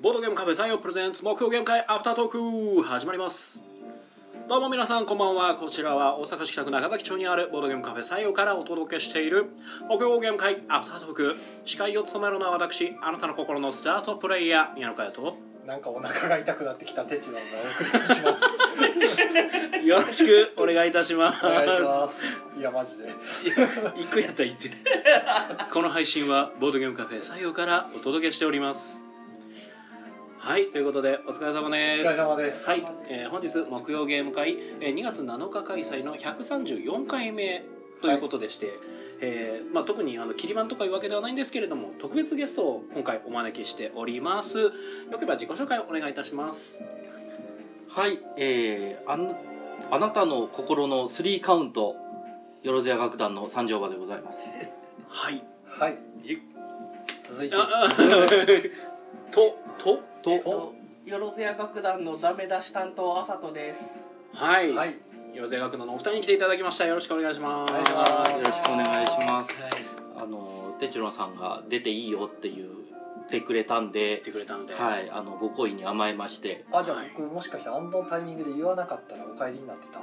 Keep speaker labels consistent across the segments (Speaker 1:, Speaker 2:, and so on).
Speaker 1: ボードゲームカフェ採用プレゼンツ目標ゲーム会アフタートーク始まりますどうも皆さんこんばんはこちらは大阪市北区中崎町にあるボードゲームカフェ採用からお届けしている目標ゲーム会アフタートーク司会を務めるのは私あなたの心のスタートプレイヤー宮野佳代と
Speaker 2: なんかお腹が痛くなってきたテチロンがお送りいたします。
Speaker 1: よろしくお願いいたしま
Speaker 2: お願いし
Speaker 1: す
Speaker 2: ます。いやマジで。
Speaker 1: 一個やったら言ってこの配信はボードゲームカフェ採用からお届けしておりますはいということでお疲れ様
Speaker 2: お
Speaker 1: です
Speaker 2: 疲れ様です。
Speaker 1: はい、えー本日木曜ゲーム会、えー2月7日開催の134回目ということでして、えーまあ、特にあの切り番とかいうわけではないんですけれども特別ゲストを今回お招きしておりますよければ自己紹介をお願いいたします
Speaker 3: はい、えー、あんあなたの心の3カウントよろずや楽団の三条場でございます
Speaker 1: はい
Speaker 2: はい。
Speaker 3: ゆ
Speaker 2: 続いて
Speaker 1: あ あとと
Speaker 3: と
Speaker 2: と
Speaker 4: よろずや楽団のダメ出し担当あさとです
Speaker 1: はい、
Speaker 2: は
Speaker 1: はい、
Speaker 2: い。
Speaker 1: よろずや学のお二人に来ていただきましたよろしくお願いします
Speaker 2: お願いします
Speaker 3: よろしくお願いします、あのてちろんさんが出ていいよって言ってくれたん
Speaker 1: 来
Speaker 3: で
Speaker 1: てくれたんで、
Speaker 3: はいあのご好意に甘えまして
Speaker 2: あじゃあ
Speaker 1: はい
Speaker 2: 僕もしかしてあのタイミングで言わなかったらお帰りになってた。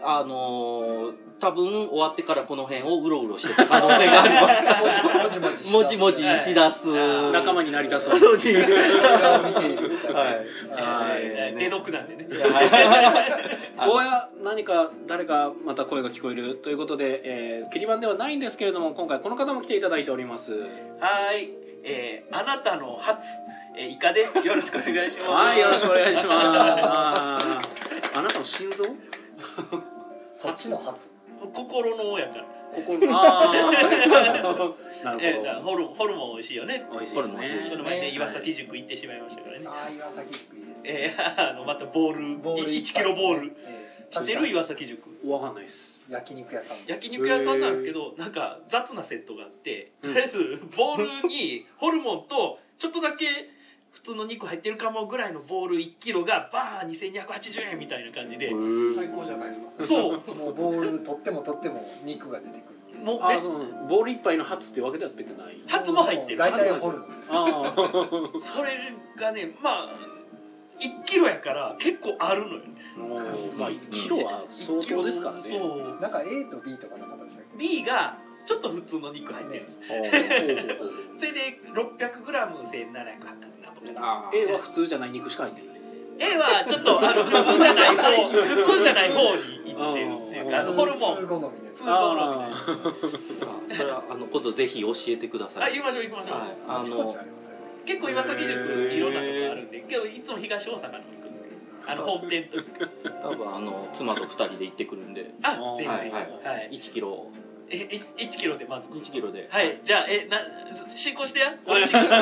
Speaker 3: あのー多分終わってからこの辺をうろうろしてた可能性が ありま
Speaker 2: もじもじ
Speaker 3: すもじもじしだす
Speaker 1: 仲間になりたそう
Speaker 3: そうには
Speaker 2: を見ているみたいな。
Speaker 3: い
Speaker 1: はい
Speaker 3: えーね
Speaker 4: 毒なんでね
Speaker 3: あの
Speaker 1: おや何か誰かまた声が聞こえるということで、えー、切り番ではないんですけれども今回この方も来ていただいております
Speaker 5: はーい、えー、あなたの初、えー、イカです。よろしくお願いします。
Speaker 1: はいよろしくお願いしますあーあなたの心臓
Speaker 2: そっちの初。
Speaker 5: 心の親から。
Speaker 1: 心ああ な
Speaker 5: えー、だ
Speaker 1: る
Speaker 5: からホルモン、ホルモン美味しいよね。
Speaker 1: ほど美味しいです
Speaker 3: ホル
Speaker 5: この
Speaker 1: ね
Speaker 5: 前ね、岩崎塾行ってしまいましたからね。
Speaker 2: ああ岩崎福井ですね。
Speaker 5: えー、あの、またボール、
Speaker 2: ボール
Speaker 5: 1キロボール。。
Speaker 2: えー
Speaker 5: 知ってる岩崎塾。
Speaker 1: わかんないです
Speaker 2: 焼肉屋さんです。
Speaker 5: 焼肉屋さんなんですけど、なんか雑なセットがあって、
Speaker 1: うん
Speaker 5: とりあえずボールにホルモンとちょっとだけ普通の肉入ってるかもぐらいのボール1キロがバー2280円みたいな感じ で、
Speaker 4: 最高じゃないですか
Speaker 5: そう
Speaker 2: もうボール取っても取っても肉が出てくる。
Speaker 5: もう
Speaker 1: あ
Speaker 5: め
Speaker 1: ーそのボール一杯の初っていうわけでは別にない
Speaker 5: 初も入ってる
Speaker 2: 大体ホルモンです。
Speaker 1: ああ
Speaker 5: それがねまあ1キロやから結構あるのよ
Speaker 1: もうまあ1キロは相当ですからね
Speaker 5: 1キロそう
Speaker 2: なんか A と B とかなかったでしたっけ
Speaker 5: B がちょっと普通の肉入ってるんですよ それで 600g1700 なんとかな
Speaker 3: あー
Speaker 1: A は普通じゃない肉しか入ってない
Speaker 5: A はちょっとあの普通じゃない方普通じゃない方にいってるっていうかあのホルモ
Speaker 2: 普通
Speaker 5: ン
Speaker 2: 好みで
Speaker 5: 普
Speaker 2: す
Speaker 5: 通の
Speaker 1: ああ
Speaker 3: あそれはあの今度ぜひ教えてくださ
Speaker 5: あ
Speaker 3: い。
Speaker 5: 行きましょう行きましょう
Speaker 3: はい
Speaker 2: あ
Speaker 3: あ
Speaker 2: ちこ
Speaker 3: の
Speaker 2: ちありますよね
Speaker 5: 結構岩崎塾いろんなとこあるんでけどいつも東大阪の方行くんですけどあの本店というか
Speaker 3: 多分あの妻と二人で行ってくるんで、
Speaker 5: あ全然
Speaker 3: は
Speaker 5: はいい、
Speaker 3: はい
Speaker 5: はい、
Speaker 3: 1キロ
Speaker 5: えい1キロで満足
Speaker 3: 1キロで。
Speaker 5: はい、じゃあ、え、な、進行してや。
Speaker 1: は
Speaker 5: 俺進行して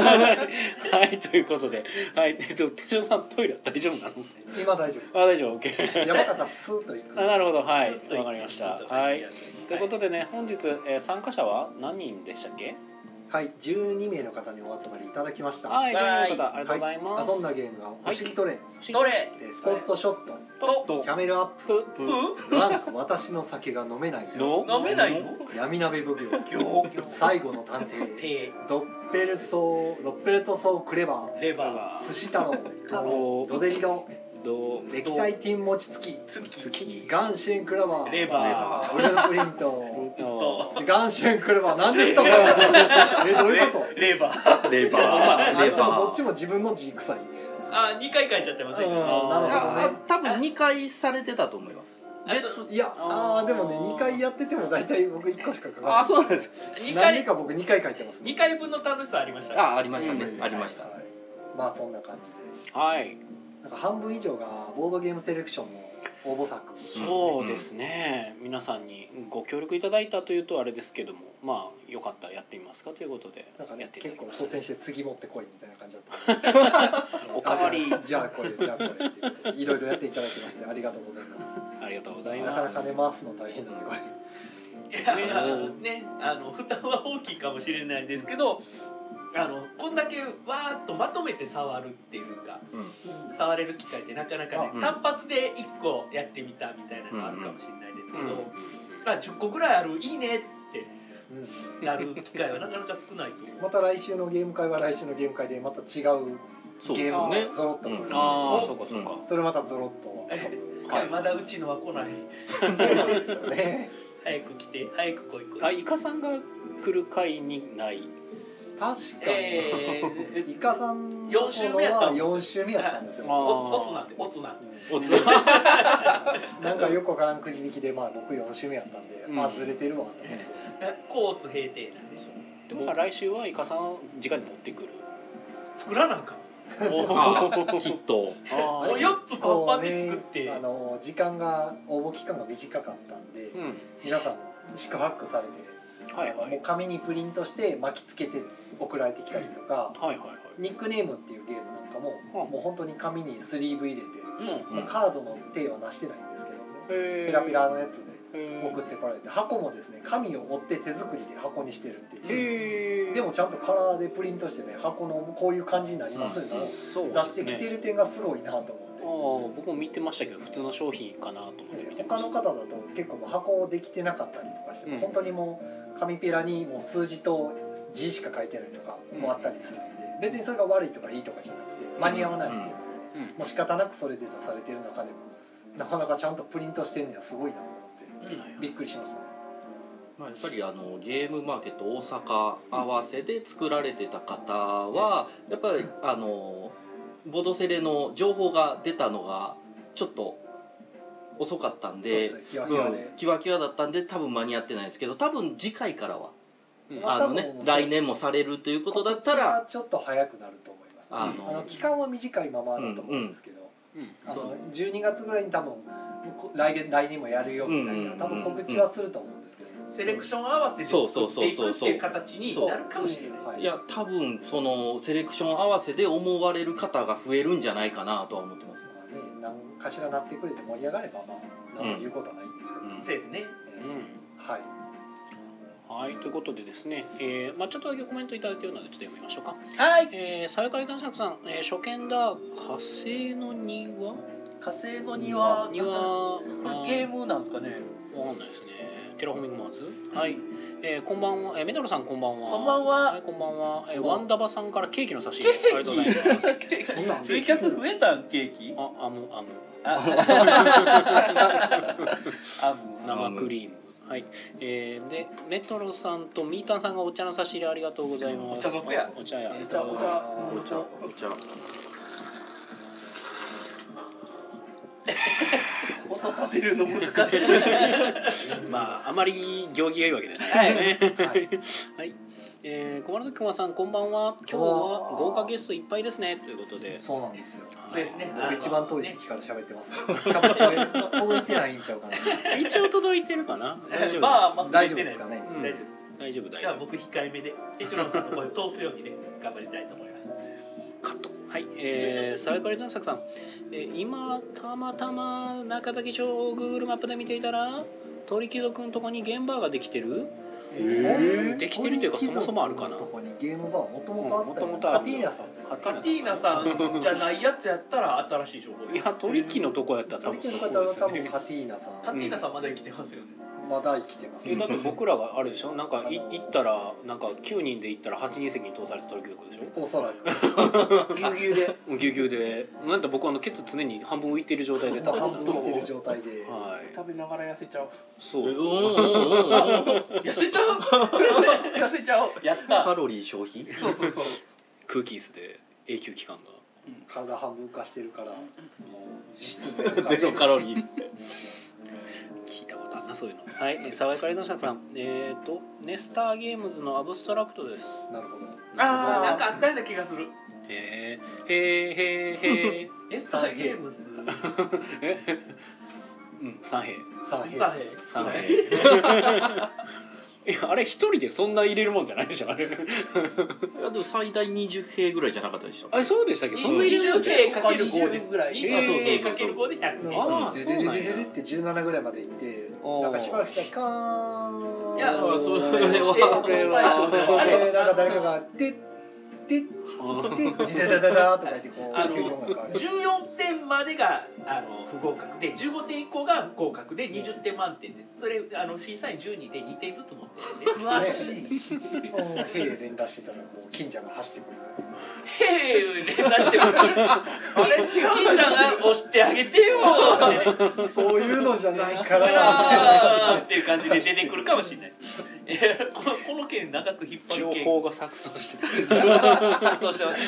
Speaker 1: い、はい、ということで、はい、えっと、手順さん、トイレは大丈夫なの。
Speaker 2: 今大丈
Speaker 1: あ、大丈夫、オッケー。
Speaker 2: 夫山形スーッと行く
Speaker 1: あなるほど、 はい、
Speaker 5: ずっと
Speaker 1: わかりました。
Speaker 5: ずっと
Speaker 1: はい、というこ
Speaker 5: は
Speaker 1: とでね、本日、えー参加者は何人でしたっけ。
Speaker 2: はい12名の方にお集まりいただきました
Speaker 1: はい、と
Speaker 5: はいいう
Speaker 1: ことで、ありがとうございます。
Speaker 2: 遊んだゲームが「おしりトレイン
Speaker 1: し
Speaker 5: どれ。」
Speaker 2: えースポットショット」
Speaker 1: と、
Speaker 2: 「キャメルアップ
Speaker 1: ぷ、ぷ、」
Speaker 2: 「ブランコ私の酒が飲めない」
Speaker 1: の。
Speaker 5: 飲めないの。
Speaker 2: 「闇鍋奉行」「最後の探偵」
Speaker 5: 手、
Speaker 2: 「ドッペルソードッペルトソークレバー」
Speaker 5: レ
Speaker 1: ど
Speaker 5: バ
Speaker 2: 「
Speaker 5: ー。
Speaker 2: 寿司太郎」「ドデリロ」
Speaker 1: ど、
Speaker 2: 「歴代ティン餅つき」
Speaker 5: つき。
Speaker 2: 「ガンシンクラバー」
Speaker 5: レ
Speaker 2: ー
Speaker 5: バ
Speaker 2: ブループリント」
Speaker 1: ど。
Speaker 2: ガンシュン来ればなんで来たんだろうえどういうこと
Speaker 5: ー。レバー。
Speaker 3: レバ
Speaker 2: あで
Speaker 3: レ
Speaker 2: もど
Speaker 3: バ
Speaker 2: っちも自分の字臭い
Speaker 5: あ、二回書いちゃってません。
Speaker 2: うんなるほど
Speaker 3: ああ多分二回されてたと思います。
Speaker 5: あと
Speaker 2: いやあ
Speaker 1: あー
Speaker 2: ーでもね2回やってても大体僕1個しか書かない
Speaker 3: あそうなんです。
Speaker 5: 二
Speaker 2: 何で
Speaker 5: 回。
Speaker 2: か僕2回書いてますね
Speaker 5: 二回分の楽しさありました。
Speaker 3: あありましたね
Speaker 1: う。ん
Speaker 3: ありました
Speaker 2: はい。まあそんな感じで
Speaker 1: はい、
Speaker 2: なんか半分以上がボードゲームセレクションの応募作
Speaker 1: そうですね、皆さんにご協力いただいたというとあれですけどもまあよかったらやってみますかということで
Speaker 2: なんか
Speaker 1: や
Speaker 2: ね
Speaker 1: っていた
Speaker 2: 結
Speaker 1: だき
Speaker 2: 構
Speaker 1: ました
Speaker 2: 率先して次持ってこいみたいな感じだっ た
Speaker 1: おかわり
Speaker 2: あじゃあじゃあこれじゃあこれって言っていろいろやっていただきましてありがとうございま
Speaker 1: ありがとうござ
Speaker 2: す
Speaker 1: い
Speaker 2: な
Speaker 1: ます
Speaker 2: かなかね回すの大変なんでこれ
Speaker 5: いやあのね、あの、負担は大きいかもしれないですけど。あの、こんだけわーっとまとめて触るっていうか。
Speaker 3: うん
Speaker 5: 触れる機会ってなかなかね
Speaker 2: あ、
Speaker 3: うん
Speaker 5: 単発で一個やってみたみたいなのあるかもしれないですけど、
Speaker 1: うんうんうん
Speaker 5: まあ、10個ぐらいあるいいねって
Speaker 2: うん
Speaker 5: やる機会はなかなか少ないと思う
Speaker 2: また来週のゲーム会は来週のゲーム会でまた違う
Speaker 3: そう
Speaker 2: ゲ
Speaker 3: です
Speaker 2: ーム
Speaker 3: ね
Speaker 2: がゾロッと来る
Speaker 1: ああ
Speaker 5: お
Speaker 1: そうかそうか、
Speaker 2: それまたゾロッと
Speaker 5: え
Speaker 3: はい
Speaker 5: まだうちの は来ない
Speaker 2: そうなんですよ ね
Speaker 5: 早く来て早く来い来い
Speaker 1: あイカさんが来る回にない
Speaker 2: 確か
Speaker 5: え
Speaker 2: にイ
Speaker 5: ー、
Speaker 2: カさんの
Speaker 5: 四週目やったんですよ
Speaker 2: 4週目やったんですよ
Speaker 1: あ
Speaker 5: おおつなんておつなんて
Speaker 3: おつ
Speaker 2: うんなんかよくわからんくじ引きでまあ僕4週目やったんで、
Speaker 1: うん
Speaker 2: あずれてるわと思って
Speaker 5: コーツ平定だ
Speaker 1: でも来週はイカさんを直に持ってくる
Speaker 5: 作らなあかん
Speaker 3: あーきっと
Speaker 1: あ
Speaker 5: もう4つパンパンで作って、
Speaker 2: こうねあの時間が応募期間が短かったんで、
Speaker 1: うん
Speaker 2: 皆さん宿泊されて、
Speaker 1: はいは
Speaker 2: も
Speaker 1: いう
Speaker 2: 紙にプリントして巻きつけて送られてきたりとか、
Speaker 1: はいはいはい
Speaker 2: ニックネームっていうゲームなんかも、
Speaker 1: うん
Speaker 2: もう本当に紙にスリーブ入れて、
Speaker 1: うん
Speaker 3: うん
Speaker 2: もうカードの手はなしてないんですけど、
Speaker 1: へー
Speaker 2: ペラペラのやつで
Speaker 1: へー
Speaker 2: 送ってこられて箱もですね紙を折って手作りで箱にしてるっていう。
Speaker 1: へー
Speaker 2: でもちゃんとカラーでプリントしてね箱のこういう感じになりますんで、
Speaker 1: そう
Speaker 2: 出してきて
Speaker 1: る
Speaker 2: る点がすごいなと思っ
Speaker 1: ああ
Speaker 2: て
Speaker 1: 僕も見てましたけど普通の商品かなと思って見てま
Speaker 2: 他
Speaker 1: し
Speaker 2: の
Speaker 1: た
Speaker 2: 方だと結構もう箱できてなかったりとかして、
Speaker 1: うん
Speaker 2: 本当にもう紙ペラにもう数字と字しか書いてないとかもあったりするんで、別にそれが悪いとかいいとかじゃなくて間に合わないっていう、
Speaker 1: うん
Speaker 2: もう仕方なくそれで出されてる中でもなかなかちゃんとプリントしてんのはすごいなと思っ
Speaker 5: うん
Speaker 2: てびっくりしましたね
Speaker 3: まあ、やっぱりあのゲームマーケット大阪合わせで作られてた方はやっぱりあのボドセレの情報が出たのがちょっと遅かった
Speaker 2: そ
Speaker 3: ん
Speaker 2: うで
Speaker 3: です
Speaker 2: ねキワ
Speaker 3: う
Speaker 2: キワで、
Speaker 3: ん、キワキワだったんで多分間に合ってないですけど多分次回からは
Speaker 1: うん
Speaker 3: あの、ね、来年もされるということだった
Speaker 2: こ
Speaker 3: ら
Speaker 2: っちはちょっと早くなると思います、
Speaker 3: あ
Speaker 2: あの
Speaker 3: の
Speaker 2: 期間は短いままだと思うんですけど、
Speaker 1: うん
Speaker 2: あ
Speaker 3: そ
Speaker 2: の12月ぐらいに多分こ来年来年もやるよみたいな、
Speaker 3: うん
Speaker 2: 多分告知はすると思うんですけど、
Speaker 5: セレクション合わせで作っていくっていう形になるかもしれない
Speaker 2: はい
Speaker 3: いや多分そのセレクション合わせで思われる方が増えるんじゃないかなとは思ってます。
Speaker 2: まあね、何かしらなってくれて盛り上がればまあ何も言うことはないんですけど、
Speaker 3: うん
Speaker 5: そうですね
Speaker 1: う
Speaker 2: え
Speaker 1: ん
Speaker 2: ーはい
Speaker 1: はいということでですね、えーまあ、ちょっとだけコメントいただいてるのでちょっと読みましょうか
Speaker 5: はい
Speaker 1: えー、さよかり男爵さん、えー、初見だ火星の庭
Speaker 5: 火星の庭
Speaker 1: 庭わ
Speaker 5: ゲームなんですかね
Speaker 1: かんないですねテラフォーミングマーズ、はい、えー、こんばんは、えー、メダルさんこんばんは、
Speaker 5: こんばんはい
Speaker 1: こんばんは、えー、
Speaker 2: こんばんは
Speaker 1: ワンダバさんからケーキの差し入
Speaker 5: ケ
Speaker 1: れあり
Speaker 5: ーキ
Speaker 1: がとうございます
Speaker 2: そんなん
Speaker 5: ツイキャス増えたんケーキ
Speaker 1: あアムアム
Speaker 5: あ
Speaker 1: 生クリームはい、えー、でメトロさんとミータンさんがお茶の差し入れありがとうございます
Speaker 5: お茶僕や
Speaker 1: お茶や
Speaker 5: お茶
Speaker 3: お
Speaker 5: お茶
Speaker 3: 茶お茶
Speaker 4: 音立てるの難しい
Speaker 1: まああまり行儀がいいわけじゃないですね、
Speaker 2: はい
Speaker 1: はい、えー、小丸くまさん、こんばんは。今日は豪華ゲストいっぱいですね、ということで。
Speaker 2: そうなんですよ
Speaker 5: そうですね
Speaker 2: 僕一番遠い席から喋ってますから多分遠いてないんちゃうかな
Speaker 1: はい。一応届いてるか な。大丈夫。
Speaker 5: バーま
Speaker 2: 大丈夫ですかね
Speaker 1: うん
Speaker 5: 大丈夫です
Speaker 1: 大丈夫、大
Speaker 5: じゃ
Speaker 1: 丈
Speaker 5: あ僕控えめでテチロンさんの声を通すようにね頑張りたいと思います
Speaker 1: 夫。カット。はい、えー、さやかり探索さん。えー、今、たまたま中崎町を Google マップで見ていたら。鳥貴族のとこにゲンバーができてる。
Speaker 2: え
Speaker 1: できてるというかそもそもあるかな
Speaker 2: とこにゲームバーもともとあったよ、
Speaker 1: うん元々ある
Speaker 2: カティーナさんです
Speaker 1: カテ
Speaker 5: カティーナさんじゃないやつやったら新しい情報
Speaker 1: い
Speaker 5: です
Speaker 1: や、鳥貴のとこやったら、多
Speaker 2: 取
Speaker 1: 分
Speaker 2: り手
Speaker 1: そ
Speaker 2: の
Speaker 1: こ
Speaker 2: 方
Speaker 1: で
Speaker 2: は
Speaker 1: すよ
Speaker 2: 多分
Speaker 1: ね。
Speaker 2: カティーナさん
Speaker 5: カティーナさんまだ生きてますよね
Speaker 2: まだ生きてます
Speaker 1: え
Speaker 2: ね
Speaker 1: だって僕らがあれでしょなんかい
Speaker 2: あの
Speaker 1: 行ったらなんか9人で行ったら8人席に通された鳥貴族でしょ
Speaker 2: おそら くぎゅうぎゅうで
Speaker 1: もうぎゅうぎゅうでなんだ僕あのケツ常に半分浮いてる状態で
Speaker 2: まあ半
Speaker 1: 食べて
Speaker 2: 分
Speaker 1: た
Speaker 2: 浮いてる状態で
Speaker 1: はい
Speaker 4: 食べながら痩せちゃう
Speaker 1: そう
Speaker 5: 痩せちゃう
Speaker 4: 痩せちゃう
Speaker 5: やった
Speaker 3: カロリー消費
Speaker 4: そうそうそう
Speaker 1: 空気椅子で永久期間が
Speaker 2: 体半分化してるからもう実質
Speaker 3: ゼロカロリー
Speaker 1: 聞いたことあんなそういうのはいえー爽やかりのさんえっ、とネスターゲームズのアブストラクトです
Speaker 2: なるほど
Speaker 5: あーなんかあったような気がする
Speaker 1: へえへえへ え
Speaker 5: エスターゲームズ
Speaker 1: うん三平
Speaker 2: 三平
Speaker 5: ザヘ
Speaker 1: 三平いやあれ一人でそんな入れるもんじゃないでしょあ れ
Speaker 3: いやでも最大20平ぐらいじゃなかったでした
Speaker 1: あれそうでしたっけそんな入れる
Speaker 5: 20
Speaker 1: んじゃ
Speaker 5: 平かける5
Speaker 4: 20
Speaker 5: です
Speaker 4: ぐらい
Speaker 1: そうそうそう
Speaker 5: 20平かける5で100平
Speaker 1: あー
Speaker 2: で
Speaker 1: そうな
Speaker 2: で
Speaker 1: んや
Speaker 2: でででって17ぐらいまで行って
Speaker 1: おー
Speaker 2: なんかしばらくしたらカーン
Speaker 5: いや
Speaker 3: そう
Speaker 2: こ
Speaker 3: それは
Speaker 2: これは
Speaker 5: あれ
Speaker 2: なんか誰かが「でてって「ジダダダダ」とか言ってこう
Speaker 5: あの
Speaker 2: 急に音楽が
Speaker 5: 十四点までがあの不合格で、十五点以降が合格で二十点満点です。それあの審査員十二で二点ずつ持ってるんで。
Speaker 4: 詳しい
Speaker 2: 上がる兵で連打してたらこう金ちゃんが走ってくる
Speaker 5: へえ連打してもらう。
Speaker 4: あれ違う
Speaker 5: 金ちゃんが押してあげてよーってね。
Speaker 2: そういうのじゃないか
Speaker 5: あ
Speaker 2: ら
Speaker 5: ーっていう感じで出てくるかもしれないです。 えこのこの件長く引っ張
Speaker 1: 情
Speaker 5: る件。
Speaker 1: 報が錯綜してる
Speaker 5: 錯綜してます。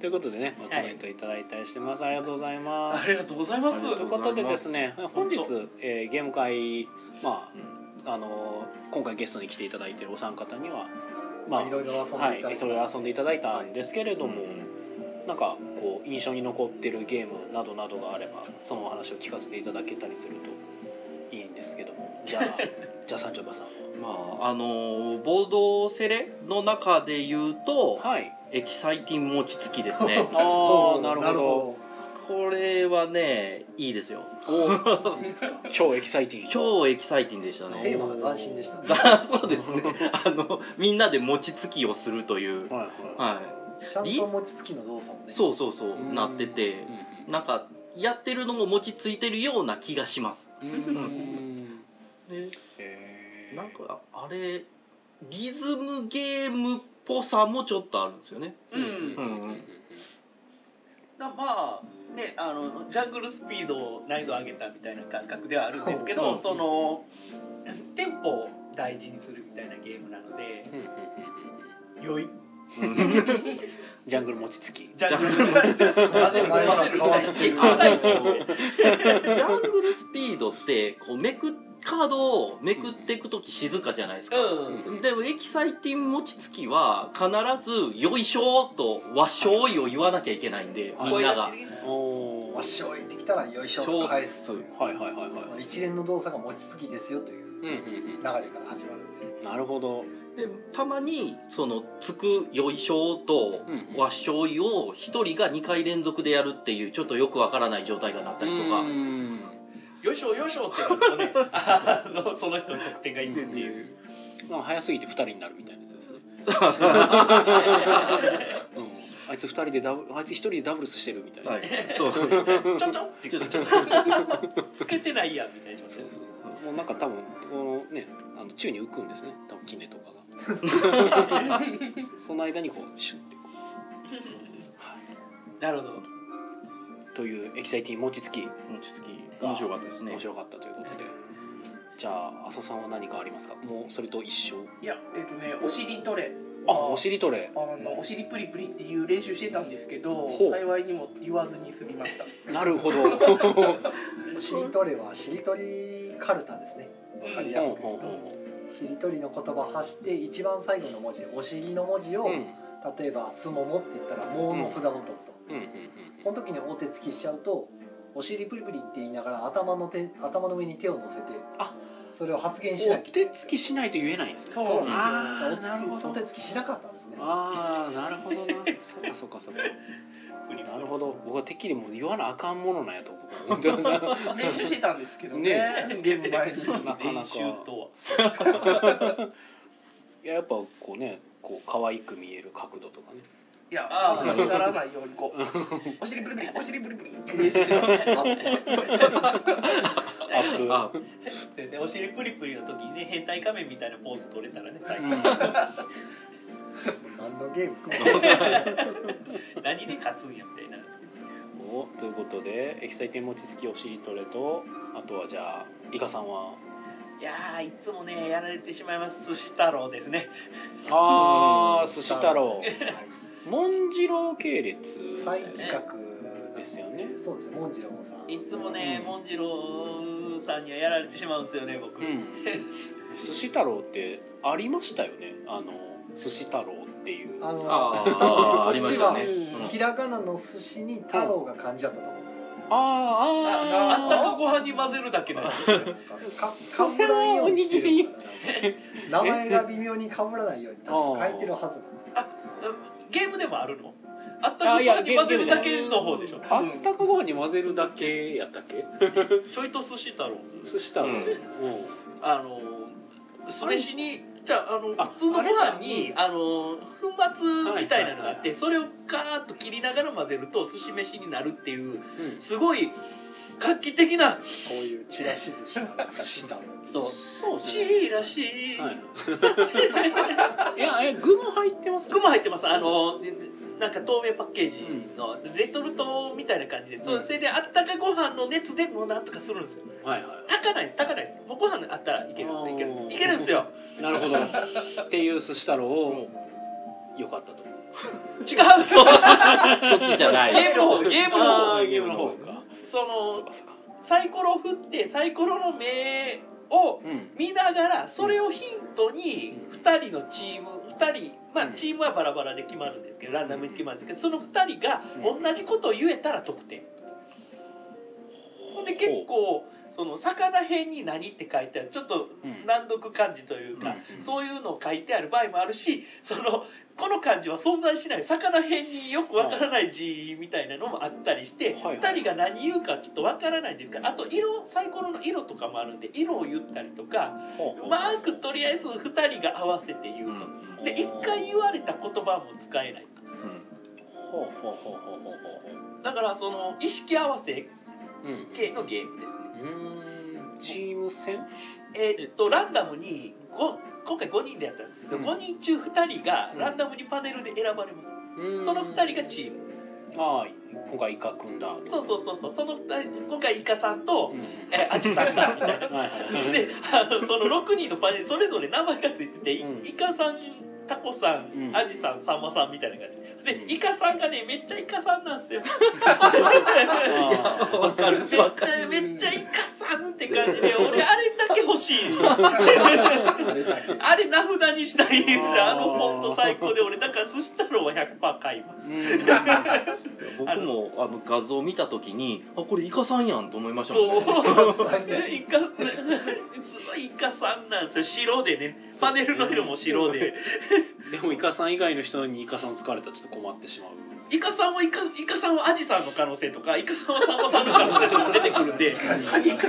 Speaker 1: ということでね、まあ
Speaker 5: はい
Speaker 1: コメントいただいたりしてますありがとうございま
Speaker 5: あ
Speaker 1: す
Speaker 5: りがとうございます。
Speaker 3: あり
Speaker 1: と
Speaker 3: が
Speaker 1: い
Speaker 3: と
Speaker 1: うう
Speaker 3: ご
Speaker 1: こ
Speaker 3: ざいま
Speaker 1: と
Speaker 3: す
Speaker 1: でですね本日
Speaker 5: 本当、
Speaker 1: えーゲーム会ま
Speaker 3: うん
Speaker 1: ああのー今回ゲストに来ていただいているお三方にはまあ
Speaker 2: まあいろいろ遊んでいただ
Speaker 1: はいい
Speaker 2: て、
Speaker 1: いろいろ遊んでいただいたん
Speaker 2: で、
Speaker 1: ですけれども、
Speaker 3: うん
Speaker 1: なんかこう印象に残ってるゲームなどなどがあればそのお話を聞かせていただけたりするといいんですけど もじゃあじゃあ三丁場さん
Speaker 3: まああのボードセレの中で言うと、
Speaker 1: はい
Speaker 3: エキサイティン餅つきですね
Speaker 1: ああ
Speaker 2: おー
Speaker 1: なるほど
Speaker 3: これはねいいですよ
Speaker 2: なるほどいいです か
Speaker 1: 超エキサイティング
Speaker 3: 超エキサイティングでした
Speaker 2: テ
Speaker 3: ね
Speaker 2: ーマが斬新でしたね
Speaker 3: そうですねあのみんなで餅つきをするという、
Speaker 1: はいは
Speaker 3: は
Speaker 2: ちゃんと餅つきの動作も
Speaker 3: い、
Speaker 2: ね
Speaker 3: そうそうそう
Speaker 1: うん
Speaker 3: なってて
Speaker 1: い、
Speaker 3: なんかやってるのも餅ついてるような気がします
Speaker 1: うんうん
Speaker 3: ね
Speaker 1: へー
Speaker 3: なんかあれリズムゲームっぽさもちょっとあるんですよ ね
Speaker 5: うん
Speaker 1: う
Speaker 3: うん
Speaker 1: ん
Speaker 5: だまあねあのジャングルスピードを難易度上げたみたいな感覚ではあるんですけど、
Speaker 3: うん
Speaker 5: そのテンポを大事にするみたいなゲームなので
Speaker 1: うんうんうんうん
Speaker 5: 良い
Speaker 1: ジャングル餅つき
Speaker 5: ジャングル混ぜる混ぜる
Speaker 2: 前から変わってる
Speaker 5: 混ぜる
Speaker 3: ジャングルスピードってこうめくカードをめくっていく時静かじゃないですか、
Speaker 5: うん
Speaker 1: うん
Speaker 3: でもエキサイティン餅つきは必ず「よいしょ」と「わしょい」を言わなきゃいけないんで、
Speaker 1: はい
Speaker 3: みん
Speaker 5: 声出
Speaker 3: な
Speaker 5: し
Speaker 3: が
Speaker 5: 入れない
Speaker 1: おー
Speaker 2: わっしょいってきたらよいしょと返すという
Speaker 1: はいはいはいはい
Speaker 2: まあ一連の動作が餅つきですよという
Speaker 1: う
Speaker 2: 流
Speaker 1: んう
Speaker 2: れ
Speaker 1: んうん
Speaker 2: から始まるので
Speaker 1: なるほど
Speaker 3: でたまにその「つく」「よいしょ」と
Speaker 1: うんうん
Speaker 3: 「わしょい」を一人が2回連続でやるっていうちょっとよくわからない状態がなったりとか
Speaker 1: うん
Speaker 5: よいしょよいしょってやるとねあのその人の得点がいくっていう
Speaker 1: なんか早すぎて2人になるみたいなやつですね、 うん、あいつ2人でダブあいつ1人でダブルスしてるみたいな、
Speaker 3: はいそう
Speaker 5: ちょんちょんって
Speaker 3: ちょっと
Speaker 5: つけてないやんみたいな
Speaker 1: そうそうもうなんか多分このねあの宙に浮くんですね多分キネとかがそその間にこうシュッてこ
Speaker 5: なるほど
Speaker 1: うというエキサイティング餅つき
Speaker 3: 餅つき面白かったですね
Speaker 1: 面白かったということでじゃあ阿蘇さんは何かありますかもうそれと一緒
Speaker 4: いやえっとねお尻トレ
Speaker 1: あお尻トレ
Speaker 4: あのお尻プリプリっていう練習してたんですけど
Speaker 1: ほう
Speaker 4: 幸いにも言わずに済みました
Speaker 1: なるほ ど
Speaker 2: しりとりはしりとりかるたですねわかりやすく言
Speaker 1: ほ
Speaker 2: う
Speaker 1: う
Speaker 2: と
Speaker 1: ほ
Speaker 2: しりとりの言葉を発して一番最後の文字お尻の文字を
Speaker 1: うほううん
Speaker 2: 例えば「すもも」って言ったら「も」の札を取ると
Speaker 1: うんうん
Speaker 2: この時にお手つきしちゃうとお尻プリプリって言いながら頭の手頭の上に手を乗せて
Speaker 1: あ
Speaker 2: それを発言し
Speaker 1: うんお
Speaker 2: なきゃ
Speaker 1: 手つきしないと言えないんですね
Speaker 4: そう
Speaker 1: あー
Speaker 2: だから
Speaker 1: なるほ
Speaker 2: お手つき
Speaker 1: ど
Speaker 2: お手つきしなかったんですね
Speaker 1: ああなるほどなそっかそっかそっか
Speaker 5: フリップ
Speaker 1: なるほど僕はてっきりもう言わなあかんものなんやと僕は思って ました
Speaker 4: 練習してたんですけどね
Speaker 1: ね
Speaker 4: ゲーム前に
Speaker 1: なかな
Speaker 5: 練
Speaker 1: か
Speaker 5: 習とはい
Speaker 1: ややっぱこうねこう可愛く見える角度とかね
Speaker 4: いや
Speaker 5: あー
Speaker 4: 恥ずかしがらないようにこうお尻プリプリお尻プ リプリって練習して
Speaker 2: あって
Speaker 1: アップ
Speaker 3: あ
Speaker 5: 先生お尻プリプリの時にね変態仮面みたいなポーズ取れたらね最
Speaker 1: う
Speaker 5: 高
Speaker 1: ん
Speaker 2: 何のゲームか
Speaker 5: 何で勝つんやみたいになるんですけど
Speaker 1: おということでエキサイテン餅つきお尻トレとあとはじゃあイカさんはい
Speaker 5: やーいつもねやられてしまいます寿司太郎ですね
Speaker 1: あ
Speaker 2: う
Speaker 1: あ
Speaker 2: ん
Speaker 1: 寿司太郎
Speaker 2: はい
Speaker 1: モンジロー系列
Speaker 2: 再企画
Speaker 1: ですよね
Speaker 2: そうですねモンジローさん
Speaker 5: いつもね
Speaker 1: うん
Speaker 5: モンジローさんにはやられてしまうんですよね僕、
Speaker 1: うん寿司太郎ってありましたよねあの寿司太郎っていう
Speaker 2: あの
Speaker 3: あ
Speaker 2: そっちは
Speaker 3: ーありましたね、
Speaker 4: うん
Speaker 2: ひらがなの寿司に太郎が漢字だったと思うんですよ
Speaker 1: ああ
Speaker 5: あ
Speaker 1: ー
Speaker 5: ったかご飯に混ぜるだけなんですよ
Speaker 2: か
Speaker 1: そ
Speaker 2: ぶ
Speaker 1: れ
Speaker 2: らん
Speaker 1: は
Speaker 2: よ
Speaker 1: お
Speaker 2: うに
Speaker 1: に
Speaker 2: して
Speaker 1: ぎり
Speaker 2: るから名前が微妙にかぶらないように確か変えてるはずなんですよ
Speaker 5: ゲームでもあるのあったかご飯に混ぜるだけの方でしょ
Speaker 1: あったかご飯に混ぜるだけやったっけ
Speaker 5: ちょいと寿司太郎
Speaker 1: 寿司太郎
Speaker 3: うん
Speaker 1: うん
Speaker 5: あのー酢飯にじゃああの
Speaker 1: あ
Speaker 5: 普通のご飯にあの粉末みたいなのがあってそれをガーッと切りながら混ぜると寿司飯になるっていうすごい画期的な
Speaker 2: こういうちらし寿司の寿司だろう
Speaker 5: そう
Speaker 1: そうですね
Speaker 5: チーらしい、
Speaker 1: はい、いやえ具も入ってます
Speaker 5: グマ入ってますあのなんか透明パッケージのレトルトみたいな感じで、そう
Speaker 1: うん
Speaker 5: それであったかご飯の熱でもうなんとかするんですよ
Speaker 1: はいは
Speaker 5: 炊かない炊かないですもうご飯あったらいけるんですよいける
Speaker 1: おー
Speaker 5: いけるんですよ
Speaker 1: いなるほどっていう寿司太郎を良かったと
Speaker 5: 違うそう
Speaker 3: そっちじゃない
Speaker 5: ゲームの方ゲームの方
Speaker 1: あーゲームの方か
Speaker 5: そ
Speaker 1: そう
Speaker 5: の
Speaker 1: かそうか
Speaker 5: サイコロ振ってサイコロの目を
Speaker 1: うん
Speaker 5: 見ながらそれをヒントに
Speaker 1: うん
Speaker 5: 2人のチーム2人まあ
Speaker 1: うん
Speaker 5: チームはバラバラで決まるんですけどランダムに決まるんですけどその2人が同じことを言えたら得点ほんで結構その魚辺に何って書いてあるちょっと
Speaker 1: うん
Speaker 5: 難読漢字というか
Speaker 1: うん
Speaker 5: そういうのを書いてある場合もあるしそのこの漢字は存在しない魚辺によくわからない字みたいなのもあったりして
Speaker 1: はいはい
Speaker 5: 2人が何言うかちょっとわからないんですがあと色サイコロの色とかもあるんで色を言ったりとか
Speaker 1: ほう
Speaker 5: う
Speaker 1: ほう
Speaker 5: まくとりあえず2人が合わせて言
Speaker 3: う
Speaker 5: うんと。で1回言われた言葉も使えないと
Speaker 1: ほうほうほうほうほうほう
Speaker 5: だからその意識合わせ
Speaker 1: うん
Speaker 5: 系のゲームですね
Speaker 1: うんチーム戦
Speaker 5: えーっとランダムにご今回5人でやったんですけど、
Speaker 1: うん
Speaker 5: 5人中2人がランダムにパネルで選ばれます、その2人がチーム
Speaker 1: ムああ今回イカ君だ
Speaker 5: そうそうそうそうその2人今回イカさんと、
Speaker 1: うん
Speaker 5: えーアジさんがみたいな
Speaker 1: はいはい
Speaker 5: であのその6人のパネルそれぞれ名前がついてて、い
Speaker 1: うん
Speaker 5: イカさんタコさん、
Speaker 1: うん
Speaker 5: アジさんさんまさんみたいな感じで、
Speaker 1: うん
Speaker 5: イカさんがねめっちゃイカさんなんですよ
Speaker 1: あ
Speaker 3: わか
Speaker 5: め
Speaker 3: る
Speaker 5: っちゃめっちゃイカさんって感じで俺あれだけ欲しい
Speaker 2: あれだ け
Speaker 5: あれ名札にしたいんですよ
Speaker 1: あー
Speaker 5: あのフォント最高で俺だから寿司太郎は100%買います
Speaker 1: ーうん
Speaker 3: 僕もあの画像見た時にあこれイカさんやんと思いました
Speaker 5: そ
Speaker 3: も
Speaker 5: うん
Speaker 3: ね
Speaker 5: イカすごいイカさんなんですよ白でねパネルの色も白で
Speaker 1: でもイカさん以外の人にイカさんを使われたらちょっと困ってしまう
Speaker 5: イカさんはイカイカさんはアジさんの可能性とかイカさんはサンマさんの可能性とか出てくるんで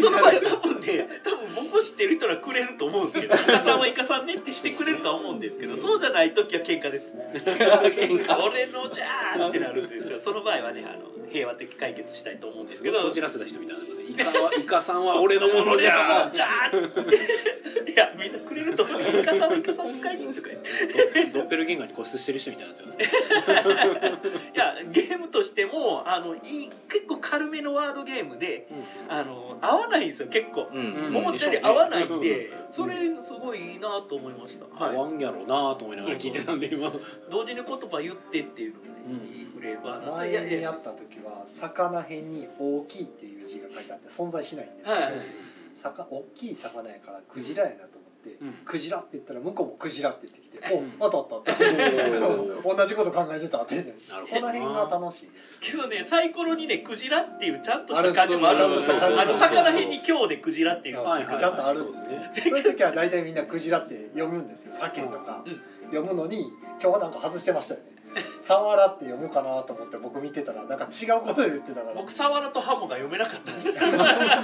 Speaker 5: その場合多分ね多分僕知ってる人はくれると思うんですけどイカさんはイカさんねってしてくれるとは思うんですけどそうじゃない時は喧嘩です喧嘩俺のじゃーってなるんですけどその場合はねあの平和的解決したいと思うんですす
Speaker 1: ご
Speaker 5: け
Speaker 1: い
Speaker 5: ど
Speaker 1: こじらせた人みたいなのでイカはイカさんは俺のものじ
Speaker 5: 俺のも
Speaker 1: ゃ
Speaker 5: のじゃーいやみんなくれると思うイカさんはイカさん使いにとか言って
Speaker 1: ードドッペルゲンガーに固執してる人みたいになってますね
Speaker 5: いやゲームとしてもあのいい結構軽めのワードゲームであの合わないんですよ結構
Speaker 3: うん
Speaker 1: うん
Speaker 5: 思ったより合わないんで、
Speaker 1: ん
Speaker 5: それすごいいいなと思いました、
Speaker 1: 合
Speaker 5: はい、
Speaker 1: わんやろうなと思いながら聞いてたんで今
Speaker 5: 同時に言葉言ってっていうのがね、
Speaker 1: うん
Speaker 5: いいフレーバーな
Speaker 2: 前にやった時は魚辺に「大きい」っていう字が書いてあって存在しないんですけど、
Speaker 5: はい
Speaker 2: 魚大きい魚やからクジラやなと思って
Speaker 1: うん
Speaker 2: 「クジラ」って言ったら向こうも「クジラ」って言ってきて「
Speaker 1: うん
Speaker 2: お当たった」って
Speaker 1: お
Speaker 2: 同じこと考えてたって
Speaker 1: なるほどな
Speaker 2: その辺が楽しい
Speaker 5: けどねサイコロにねクジラっていうちゃんとした感じもあるんですよ
Speaker 1: ある
Speaker 5: あの魚辺に今日でクジラっていうのが
Speaker 1: はいはい
Speaker 2: ちゃんとあるんです
Speaker 1: そうで
Speaker 2: ねそういう時は大体みんな「クジラ」って読むんですよ鮭とか
Speaker 5: うん
Speaker 2: 読むのに今日はなんか外してましたよね「サワラ」って読むかなと思って僕見てたらなんか違うこと言ってたから
Speaker 5: 僕サワラとハモが読めなかったんですよ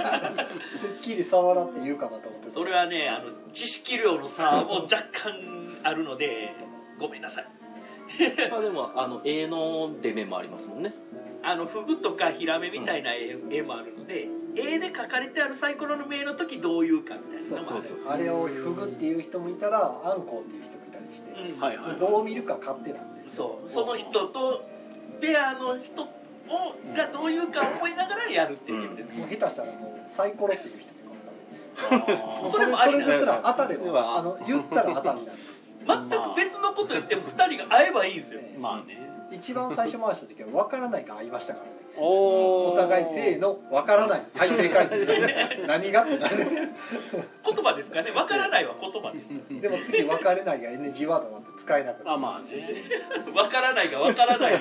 Speaker 2: てっきり「サワラ」って言うかなと思って
Speaker 5: それはねあの知識量の差も若干あるのでごめんなさい
Speaker 3: まあでもあの絵の出目もありますもんね
Speaker 5: あのフグとかヒラメみたいな絵,、絵もあるので絵で描かれてあるサイコロの名の時どういうかみたいなのもある
Speaker 3: そうそう
Speaker 2: あれをフグっていう人もいたらあんこうっていう人もいたりして、
Speaker 5: うん
Speaker 1: はいはい
Speaker 2: どう見るか勝手なんで
Speaker 5: そうその人とペアの人をがどういうか思いながらやるっていうゲームです、
Speaker 2: もう下手したらもうサイコロっていう人もいますからね
Speaker 1: あ
Speaker 5: そ
Speaker 1: ー
Speaker 5: れもあり
Speaker 2: それですら当たれ
Speaker 3: で
Speaker 2: ば
Speaker 3: は
Speaker 2: あの言ったら当たりなんで
Speaker 5: 全く別のこと言っても2人が会えばいいんですよ
Speaker 2: ね
Speaker 1: まあね
Speaker 2: 一番最初回した時は分からないが合いましたからね
Speaker 1: お
Speaker 2: お互いせーの分からないはい正解って何がってなる
Speaker 5: 言葉ですからねわからないは言葉です
Speaker 2: でも次分かれないが NG ワードなんて使えなくな
Speaker 1: あ
Speaker 2: る
Speaker 1: まあね
Speaker 5: わからないがわからない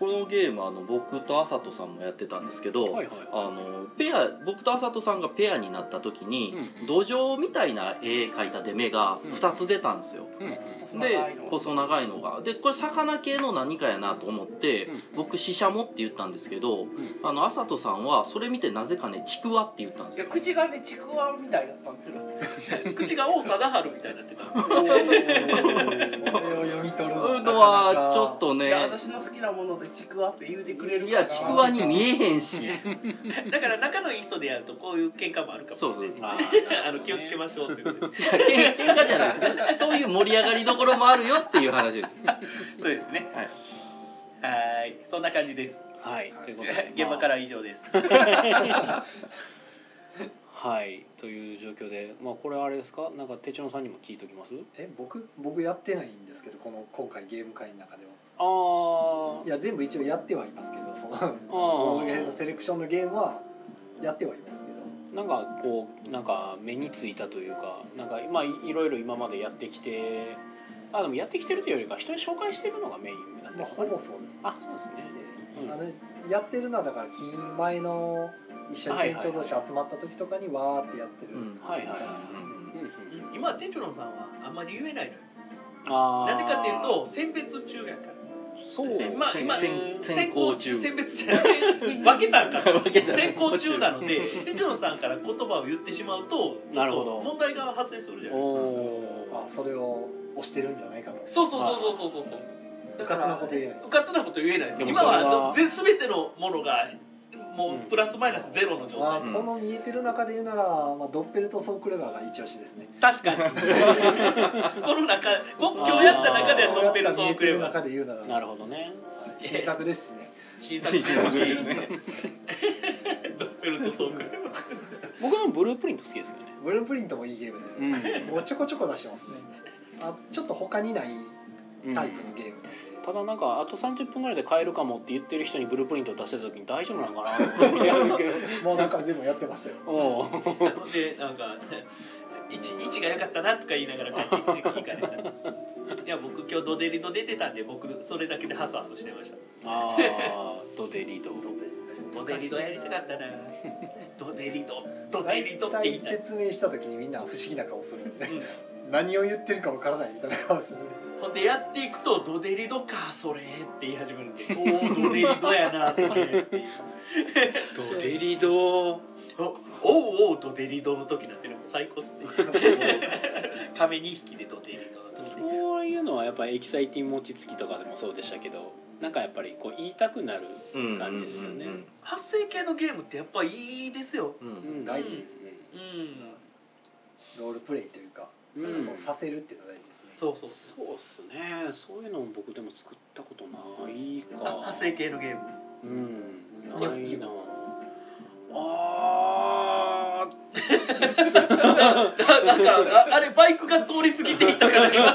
Speaker 3: このゲームあの僕とあさとさんもやってたんですけど、
Speaker 1: はいはい
Speaker 3: あのペア僕とあさとさんがペアになった時に、
Speaker 1: うんうん
Speaker 3: 土壌みたいな絵描いた出目が2つ出たんですよ、
Speaker 1: うんうん
Speaker 3: で
Speaker 4: 長いの
Speaker 3: 細長いのがでこれ魚系の何かやなと思って、
Speaker 1: うんうん
Speaker 3: 僕シシャモって言ったんですけど、
Speaker 1: ん
Speaker 3: あのあさとさんはそれ見てなぜかねちくわって言ったんです
Speaker 4: いや
Speaker 3: よ
Speaker 4: 口がねちくわみたいだったんですよ
Speaker 5: 口が王貞治みたいになってた
Speaker 2: それを読み取る
Speaker 3: う
Speaker 2: なか
Speaker 3: の
Speaker 2: な
Speaker 3: は
Speaker 2: か
Speaker 3: ちょっと
Speaker 4: い
Speaker 3: ね
Speaker 4: や私の好きなものでちくわって言うてくれる
Speaker 3: い
Speaker 4: かな
Speaker 3: やちくわに見えへんし
Speaker 5: だから仲のいい人でやるとこういう喧嘩もあるかもしれ
Speaker 3: そう
Speaker 5: ない
Speaker 3: そうい
Speaker 1: あ
Speaker 5: あの気をつけましょうってことで
Speaker 3: やけん喧嘩じゃないですねそういう盛り上がりどころもあるよっていう話です
Speaker 5: そうですね
Speaker 3: はい
Speaker 5: はーいそんな感じです
Speaker 1: すはいということで
Speaker 5: 現場から以上です
Speaker 1: はいという状況でまあこれあれですかなんか手帳さんにも聞いときます
Speaker 2: え僕僕やってないんですけどこの今回ゲーム会の中では
Speaker 1: ああ
Speaker 2: いや全部一応やってはいますけどそのボードゲームのセ
Speaker 1: あ
Speaker 2: レクションのゲームはやってはいますけ
Speaker 1: な
Speaker 2: ど
Speaker 1: んかこうなんか目についたというかなんかまあいいろいろ今までやってきてあでもやってきてるというよりか人に紹介してるのがメインだった
Speaker 2: まあほぼそうですね
Speaker 1: あそうですねうん
Speaker 2: あのやってるのはだから金前の一緒に店長同士集まった時とかにわーってやってる、
Speaker 3: うん
Speaker 1: はいはいは
Speaker 3: うん
Speaker 1: いうんうん
Speaker 5: 今店長さんはあんまり言えないのよ
Speaker 1: あー
Speaker 5: なんでかっていうと選別中やから
Speaker 1: そう
Speaker 5: まあ
Speaker 1: 先
Speaker 5: 今
Speaker 1: 先
Speaker 3: 先
Speaker 5: 選考
Speaker 3: 行中
Speaker 5: 選別じゃない 分けたんか
Speaker 3: 分けた
Speaker 5: 選考中なの で手野さんから言葉を言ってしまうとちょ
Speaker 1: な
Speaker 5: っ
Speaker 1: るほ
Speaker 5: と
Speaker 1: ど
Speaker 5: 問題が発生するじゃない
Speaker 1: お
Speaker 2: あそれを押してるんじゃないかと
Speaker 5: そうそうそうそうそうそうそうだか
Speaker 2: 部活の
Speaker 5: ら
Speaker 2: こと言えないです
Speaker 5: うかつなこと言えないです
Speaker 1: でも
Speaker 5: 今
Speaker 1: それは
Speaker 5: は全全てのものが
Speaker 1: う
Speaker 5: も
Speaker 1: ん
Speaker 5: うプラスマイナスゼロの状
Speaker 2: まあ、
Speaker 5: 態
Speaker 3: うん
Speaker 2: この見えてる中で言うなら、まあ、ドッペルとソークルガーが一押しですね
Speaker 5: 確 かにこの中こ今日やった中ではドンペルソ
Speaker 2: 見
Speaker 5: ー
Speaker 2: え
Speaker 5: ク
Speaker 2: て
Speaker 5: レ
Speaker 2: る
Speaker 5: バー
Speaker 2: 中で言うなら
Speaker 1: ーなるほどね
Speaker 2: はい新作ですしね
Speaker 5: 新作 ですねドンペルとソークレバー
Speaker 1: 僕でもブループリント好きですよね
Speaker 2: ブループリントもいいゲームです
Speaker 1: うん
Speaker 2: ね、 もうちょこちょこ出してますねあちょっと他にない
Speaker 1: うん
Speaker 2: タイプのゲームなんで、
Speaker 1: ただなんかあと30分ぐらいで買えるかもって言ってる人にブループリント出してた時に大丈夫なのかなと思っていや
Speaker 2: もうなんかでもやってましたよ
Speaker 1: おう
Speaker 5: ほんでなんか「位置位置が良かったな」とか言いながら帰って行かれたいや僕今日ドデリド出てたんで僕それだけでハスハスしてました
Speaker 1: ああドデリド
Speaker 5: ドデリドやりたかったなドデリドドデリドって
Speaker 2: 大
Speaker 5: 言いたい
Speaker 2: 体、説明した時にみんな不思議な顔するんで
Speaker 5: うん
Speaker 2: 何を言ってるかわからないみたいな顔でするね
Speaker 5: ほんでやっていくと「ドデリドかそれ」って言い始めるんで「おおドデリドやなそれ」っていう
Speaker 1: ドデリド
Speaker 5: おおうおうドデリドの時なんてのも最高っすね亀2匹でドデリドの時
Speaker 1: そういうのはやっぱりエキサイティング餅つきとかでもそうでしたけどなんかやっぱりこう言いたくなる感じですよね
Speaker 5: 発生系のゲームってやっぱいいですよ
Speaker 3: うんうんうんうん
Speaker 1: うん
Speaker 2: 大事ですね
Speaker 5: うん
Speaker 2: ロールプレイというか、
Speaker 1: うん
Speaker 2: そうさせるっていうのは大事ですね
Speaker 5: そうそうそう
Speaker 1: そうっすねそういうのも僕でも作ったことないか
Speaker 5: あ派生系のゲーム
Speaker 1: うん
Speaker 2: これ
Speaker 1: ないなあー
Speaker 5: ななんかああれバイクが通り過ぎていったから今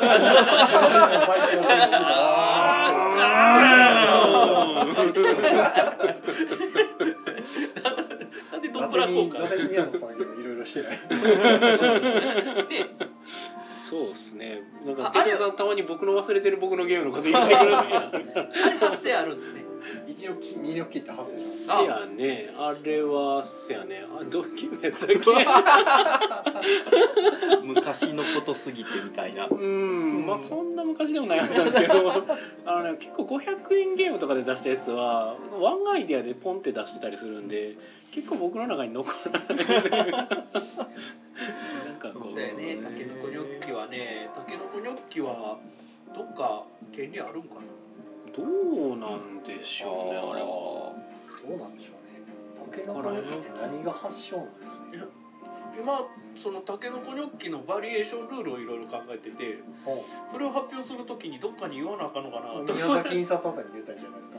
Speaker 5: あーなんでド
Speaker 2: ラ
Speaker 5: ンブラ
Speaker 2: テ
Speaker 5: 効
Speaker 2: に
Speaker 5: 果
Speaker 2: ラテに宮野さんよりいろいろしてない
Speaker 5: で
Speaker 1: そうっすねなんか
Speaker 5: あ
Speaker 1: 手帳さんたまに僕の忘れてる僕のゲームのこと言ってくれる
Speaker 5: あれ発生あるんですね
Speaker 2: 一応き入力キーって外れし
Speaker 1: せやねあれはせやねあどういうゲームやったっ
Speaker 3: 昔のことすぎてみたいな
Speaker 1: けうんまあそんな昔でもないはずなんですけど あの、ね、結構500円ゲームとかで出したやつはワンアイディアでポンって出してたりするんで結構僕の中に残らないなんかこ
Speaker 5: そう
Speaker 1: う
Speaker 5: だよねタケノコニョッキはねタケノコニョッキはどっか権利あるんかな
Speaker 1: どうなんでしょうねあれは。
Speaker 2: どうなんでしょうねタケノコニョッキって何が発祥なの
Speaker 5: 今そのタケノコニョッキのバリエーションルールをいろいろ考えててそれを発表するときにどっかに言わなあかんのかなと
Speaker 2: 宮崎印刷あたりに言ったりじゃないですか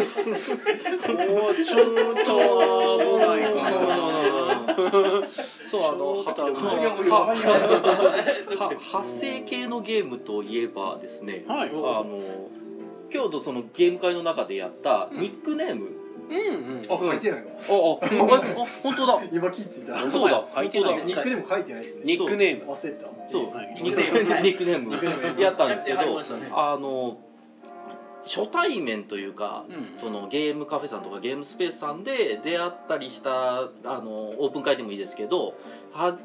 Speaker 1: もうちょっと危ないかな。
Speaker 3: そうあのは
Speaker 1: ちょっと危
Speaker 4: ない
Speaker 3: はは発生系のゲームといえばですね、
Speaker 1: はい
Speaker 3: あの今日そのゲーム会の中でやったニックネーム、
Speaker 1: うんうん。
Speaker 2: あ書いてないの
Speaker 3: ああああ本当だ
Speaker 2: 今気ぃついた
Speaker 3: そうだ
Speaker 1: 書いてない
Speaker 3: 本
Speaker 2: ニックでも書いてないですね
Speaker 1: ニックネーム。
Speaker 2: 忘れてた
Speaker 3: そう
Speaker 1: はい
Speaker 3: ニックネームニックネームやったんですけ
Speaker 5: あり
Speaker 3: ど
Speaker 5: ましたね
Speaker 3: あの初対面というか、
Speaker 1: うん
Speaker 3: そのゲームカフェさんとかゲームスペースさんで出会ったりしたあのオープン会でもいいですけど初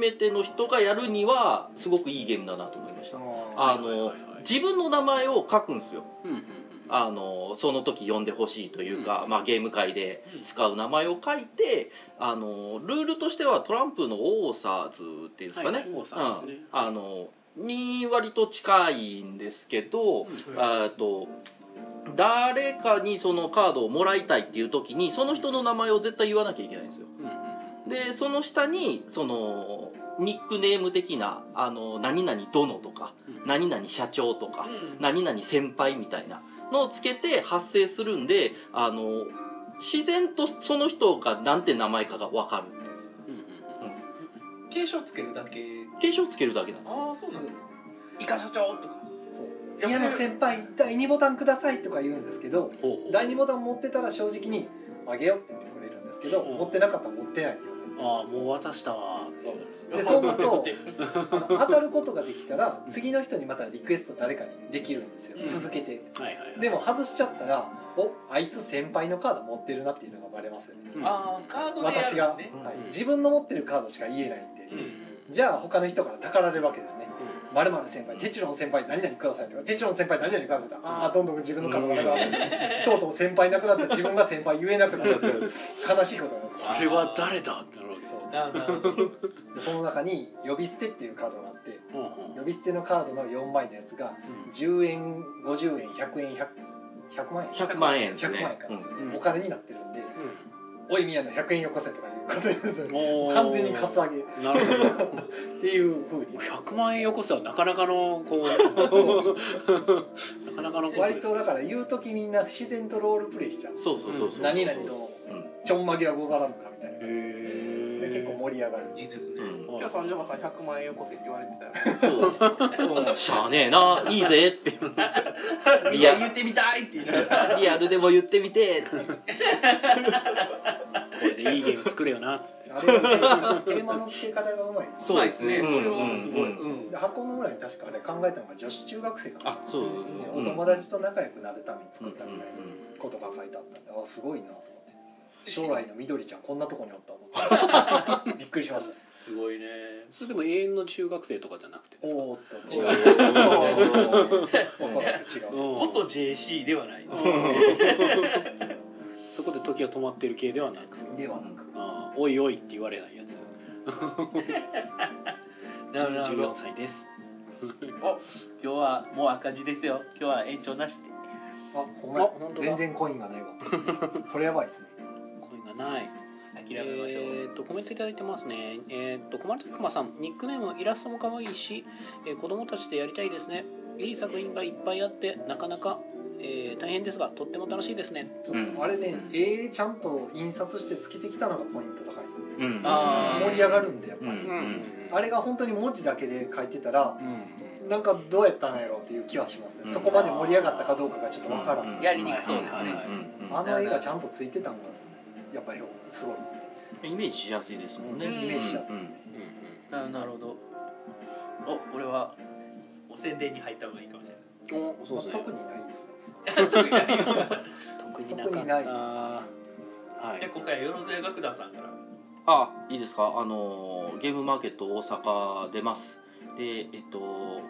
Speaker 3: めての人がやるにはすごくいいゲームだなと思いました
Speaker 2: あ
Speaker 3: あ
Speaker 1: はい
Speaker 3: の
Speaker 1: はいはい
Speaker 3: 自分の名前を書くんですよ
Speaker 1: うんうんうん
Speaker 3: あのその時呼んでほしいというか、
Speaker 1: うん
Speaker 3: まあ、ゲーム界で使う名前を書いてあのルールとしてはトランプのオーサーズっていうんですかね、
Speaker 1: はいはいオーサーズですね
Speaker 3: うんあのに割と近いんですけど、
Speaker 1: うん
Speaker 3: あと誰かにそのカードをもらいたいっていう時にその人の名前を絶対言わなきゃいけないんですよ
Speaker 1: うんうん
Speaker 3: でその下にそのニックネーム的な「あの何々殿」とか
Speaker 1: うん
Speaker 3: 「何々社長」とか
Speaker 5: う
Speaker 3: 「
Speaker 5: ん
Speaker 3: 何々先輩」みたいなのをつけて発生するんであの自然とその人が何て名前かが分かる
Speaker 1: うんうん
Speaker 5: 継承つけるだけ
Speaker 3: 継承つけるだけなんですよ
Speaker 5: ああそうなんです
Speaker 4: イカ社長とか
Speaker 2: そう宮野先輩第2ボタンくださいとか言うんですけど
Speaker 3: ほうほう
Speaker 2: 第2ボタン持ってたら正直にあげようって言ってくれるんですけど
Speaker 1: うん
Speaker 2: 持ってなかったら持ってないって
Speaker 1: うんああもう渡したわ
Speaker 2: そう
Speaker 5: い
Speaker 2: で
Speaker 5: や
Speaker 2: そうなる
Speaker 5: だっ
Speaker 2: と
Speaker 5: て
Speaker 2: 当たることができたら
Speaker 1: うん
Speaker 2: 次の人にまたリクエスト誰かにできるんですよ
Speaker 5: うん
Speaker 2: 続けて
Speaker 1: はいはいはい
Speaker 2: でも外しちゃったらおあいつ先輩のカード持ってるなっていうのがバレますよね
Speaker 1: うん
Speaker 5: あーカードでやるんです
Speaker 2: 私が、
Speaker 5: ね
Speaker 2: はい
Speaker 1: うん
Speaker 2: 自分の持ってるカードしか言えないんで
Speaker 1: うんうん
Speaker 2: じゃあ他の人からたかられるわけですね
Speaker 1: うん
Speaker 2: まるまる先輩、テチロン先輩何々くださいとか、テチロン先輩何々くださいとか、ああー、どんどん自分の数がなくなって、とうとう先輩なくなった自分が先輩言えなくなるっていう悲しいことなんですよ
Speaker 1: あれは誰だってなるわけですよ
Speaker 2: そ
Speaker 5: あーなるほど
Speaker 2: うでその中に呼び捨てっていうカードがあって、
Speaker 1: うんうん
Speaker 2: 呼び捨てのカードの4枚のやつが、10円、50円、100円、100, 100万円。
Speaker 3: 100万円です
Speaker 2: 100
Speaker 3: ね
Speaker 2: 万円からですね、
Speaker 1: うん
Speaker 2: お金になってるんで、おい宮野100円よこせとかいうことですよ
Speaker 1: う
Speaker 2: ね
Speaker 1: んおー
Speaker 2: 完全にカツアゲっ
Speaker 1: なるほど
Speaker 2: ていうふうに
Speaker 1: 100万円よこせはなかなかのこ
Speaker 2: そ
Speaker 1: う
Speaker 2: う
Speaker 1: なかなかのこと
Speaker 2: 割
Speaker 1: です
Speaker 2: とだから言う時みんな自然とロールプレイしちゃう
Speaker 3: そうそうそうそう
Speaker 2: 何々と
Speaker 3: うん
Speaker 2: ちょんまげはござらぬかみたいな
Speaker 1: へ
Speaker 2: で
Speaker 1: え
Speaker 2: 結構盛り上がる
Speaker 5: いいですね
Speaker 3: うん
Speaker 4: 今日三条馬さん100万円よこせって言われてたよ
Speaker 3: そう ですしゃあねえないいぜ って
Speaker 4: みんな言ってみたいって言いながら
Speaker 3: リアルでも言ってみてって
Speaker 1: これでいいゲーム作れよなっつって
Speaker 2: あれはね テーマの付け方がうまいです
Speaker 3: そうですね
Speaker 5: まあそれは
Speaker 3: うん
Speaker 5: すごい
Speaker 3: うんう
Speaker 5: うん
Speaker 2: で箱の裏に確かあれ考えたのが女子中学生かな
Speaker 3: あそう
Speaker 2: ね
Speaker 3: う
Speaker 2: お
Speaker 3: ん
Speaker 2: 友達と仲良くなるために作ったみたい
Speaker 3: うんうん
Speaker 2: なことが書いてあったんであすごいなと思って将来のみどりちゃんこんなとこにおった思ってびっくりしました
Speaker 5: すごいね
Speaker 1: それでも永遠の中学生とかじゃなくてですか
Speaker 2: おーっと違うおそらく違う
Speaker 1: うん
Speaker 5: 元 JC ではない
Speaker 1: そこで時が止まってる系ではなく
Speaker 2: ではなく
Speaker 1: あーおいおいって言われないやつ
Speaker 5: なるほど
Speaker 1: 14歳です
Speaker 5: 今日はもう赤字ですよ今日は延長なしで
Speaker 2: あほん
Speaker 1: あ
Speaker 2: ま
Speaker 1: 本当だ
Speaker 2: 全然コインがないわこれやばいですね
Speaker 1: 声がない
Speaker 5: 諦めましょう、
Speaker 1: えー、とコメントいただいてますねえっ、と小丸くまさんニックネームイラストも可愛いし、えー子供たちでやりたいですねいい作品がいっぱいあってなかなか、えー大変ですがとっても楽しいですね
Speaker 2: そうそう
Speaker 3: うん
Speaker 2: あれね絵ちゃんと印刷してつけてきたのがポイント高いですね
Speaker 3: うん
Speaker 5: あー
Speaker 2: 盛り上がるんでやっぱり、
Speaker 3: うん
Speaker 2: あれが本当に文字だけで書いてたら
Speaker 1: うん
Speaker 2: なんかどうやったんやろうっていう気はしますね、
Speaker 3: うん
Speaker 2: そこまで盛り上がったかどうかがちょっとわからん、
Speaker 3: うん
Speaker 5: やりにくそうですね、
Speaker 1: はいはいはい
Speaker 3: うんうん
Speaker 2: あの絵がちゃんとついてたのがやっぱりすごいですね、
Speaker 3: イメージしやすいですもんね
Speaker 2: イメージしやすいですね、
Speaker 1: うん
Speaker 5: ななるほどおこれはお宣伝に入った方がいいかもしれない
Speaker 1: うんおそう
Speaker 2: ま
Speaker 1: で
Speaker 2: あ
Speaker 1: すね
Speaker 2: 特にないですね
Speaker 1: 特にな
Speaker 2: 特
Speaker 1: か
Speaker 2: に
Speaker 1: った
Speaker 2: な
Speaker 1: は
Speaker 2: い
Speaker 5: じゃあ
Speaker 1: い
Speaker 5: 今回はよろずや楽団さんから
Speaker 3: あいいですかあのーゲームマーケット大阪出ますでえっと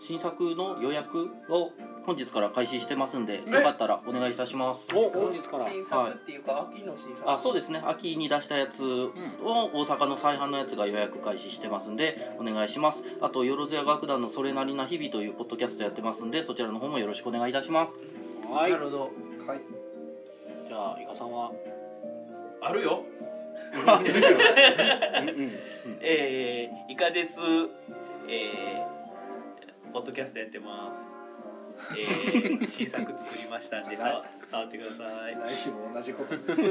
Speaker 3: 新作の予約を本日から開始してますんでよかったらお願いいたします
Speaker 1: お本日から
Speaker 4: 新作っていうか秋の新作
Speaker 3: あそうですね秋に出したやつを大阪の再販のやつが予約開始してますんでお願いしますあとよろずや楽団の「それなりな日々」というポッドキャストやってますんでそちらの方もよろしくお願いいたします
Speaker 1: はい
Speaker 5: なるほど
Speaker 2: はい
Speaker 1: じゃあイカさんは
Speaker 5: あるよ
Speaker 1: うんうん
Speaker 5: えー、イカですえー、ポッドキャストやってますえー、新作作りましたんでさ触ってください
Speaker 2: 来週も同じことですね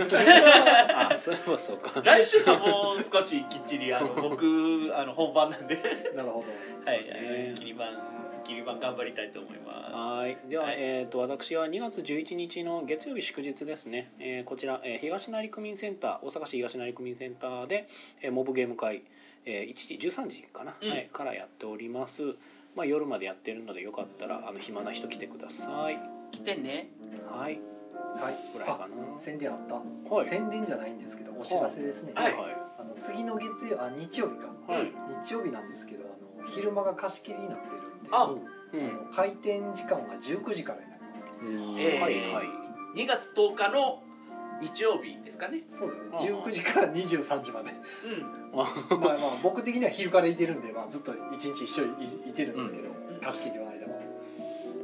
Speaker 1: あそういえばそうか
Speaker 5: 来週はもう少しきっちりあの僕あの本番なんで
Speaker 2: なるほ
Speaker 5: はい、
Speaker 1: そうですね
Speaker 5: 切り板切り板頑張りたいと思いま
Speaker 1: はい、では、
Speaker 5: はい
Speaker 1: えっ、と、私は2月11日の月曜日祝日ですね。えーこちら、えー東成区民センター、大阪市東成区民センターで、えーモブゲーム会。えー1時13時かな、
Speaker 5: うん
Speaker 1: はい、からやっております。まあ、夜までやってるのでよかったらあの暇な人来てください
Speaker 5: 来てね
Speaker 1: はい
Speaker 2: はい
Speaker 1: ぐらいか
Speaker 2: あ
Speaker 1: な
Speaker 2: 宣伝あった、
Speaker 1: はい
Speaker 2: 宣伝じゃないんですけどお知らせですね、
Speaker 1: はい
Speaker 2: あの次の月曜あ日曜日か
Speaker 1: はい
Speaker 2: 日曜日なんですけどあの昼間が貸し切りになってるんで
Speaker 5: あ
Speaker 1: うん
Speaker 2: 開店時間が19時からになります
Speaker 5: えー
Speaker 1: はいはい
Speaker 5: 2月10日の日曜日ですかね
Speaker 2: そうですね
Speaker 1: あー
Speaker 2: 19時から23時まで
Speaker 5: うん
Speaker 2: まあまあ僕的には昼からいてるんで、まあ、ずっと一日一緒にいいてるんですけど、
Speaker 5: ん
Speaker 2: 貸し切りの間も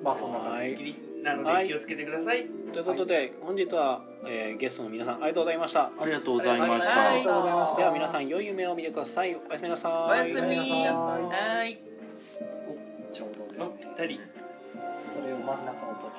Speaker 2: まあそんな感じ
Speaker 5: ギ
Speaker 2: です
Speaker 5: リなの
Speaker 1: は
Speaker 5: で
Speaker 1: い
Speaker 5: 気をつけてください
Speaker 1: ということで、本日は、えーゲストの皆さんありがとうございました
Speaker 3: ありがとうございまし
Speaker 5: は
Speaker 3: た
Speaker 5: い。
Speaker 2: ありがとうございました
Speaker 1: では皆さん良い夢を見てくださいおやすみなさ
Speaker 5: おや
Speaker 1: い
Speaker 5: すみ
Speaker 2: おやすみ
Speaker 5: はい
Speaker 2: ちょうどです
Speaker 5: お
Speaker 2: ね
Speaker 5: ぴったり
Speaker 2: それを真ん中をポチ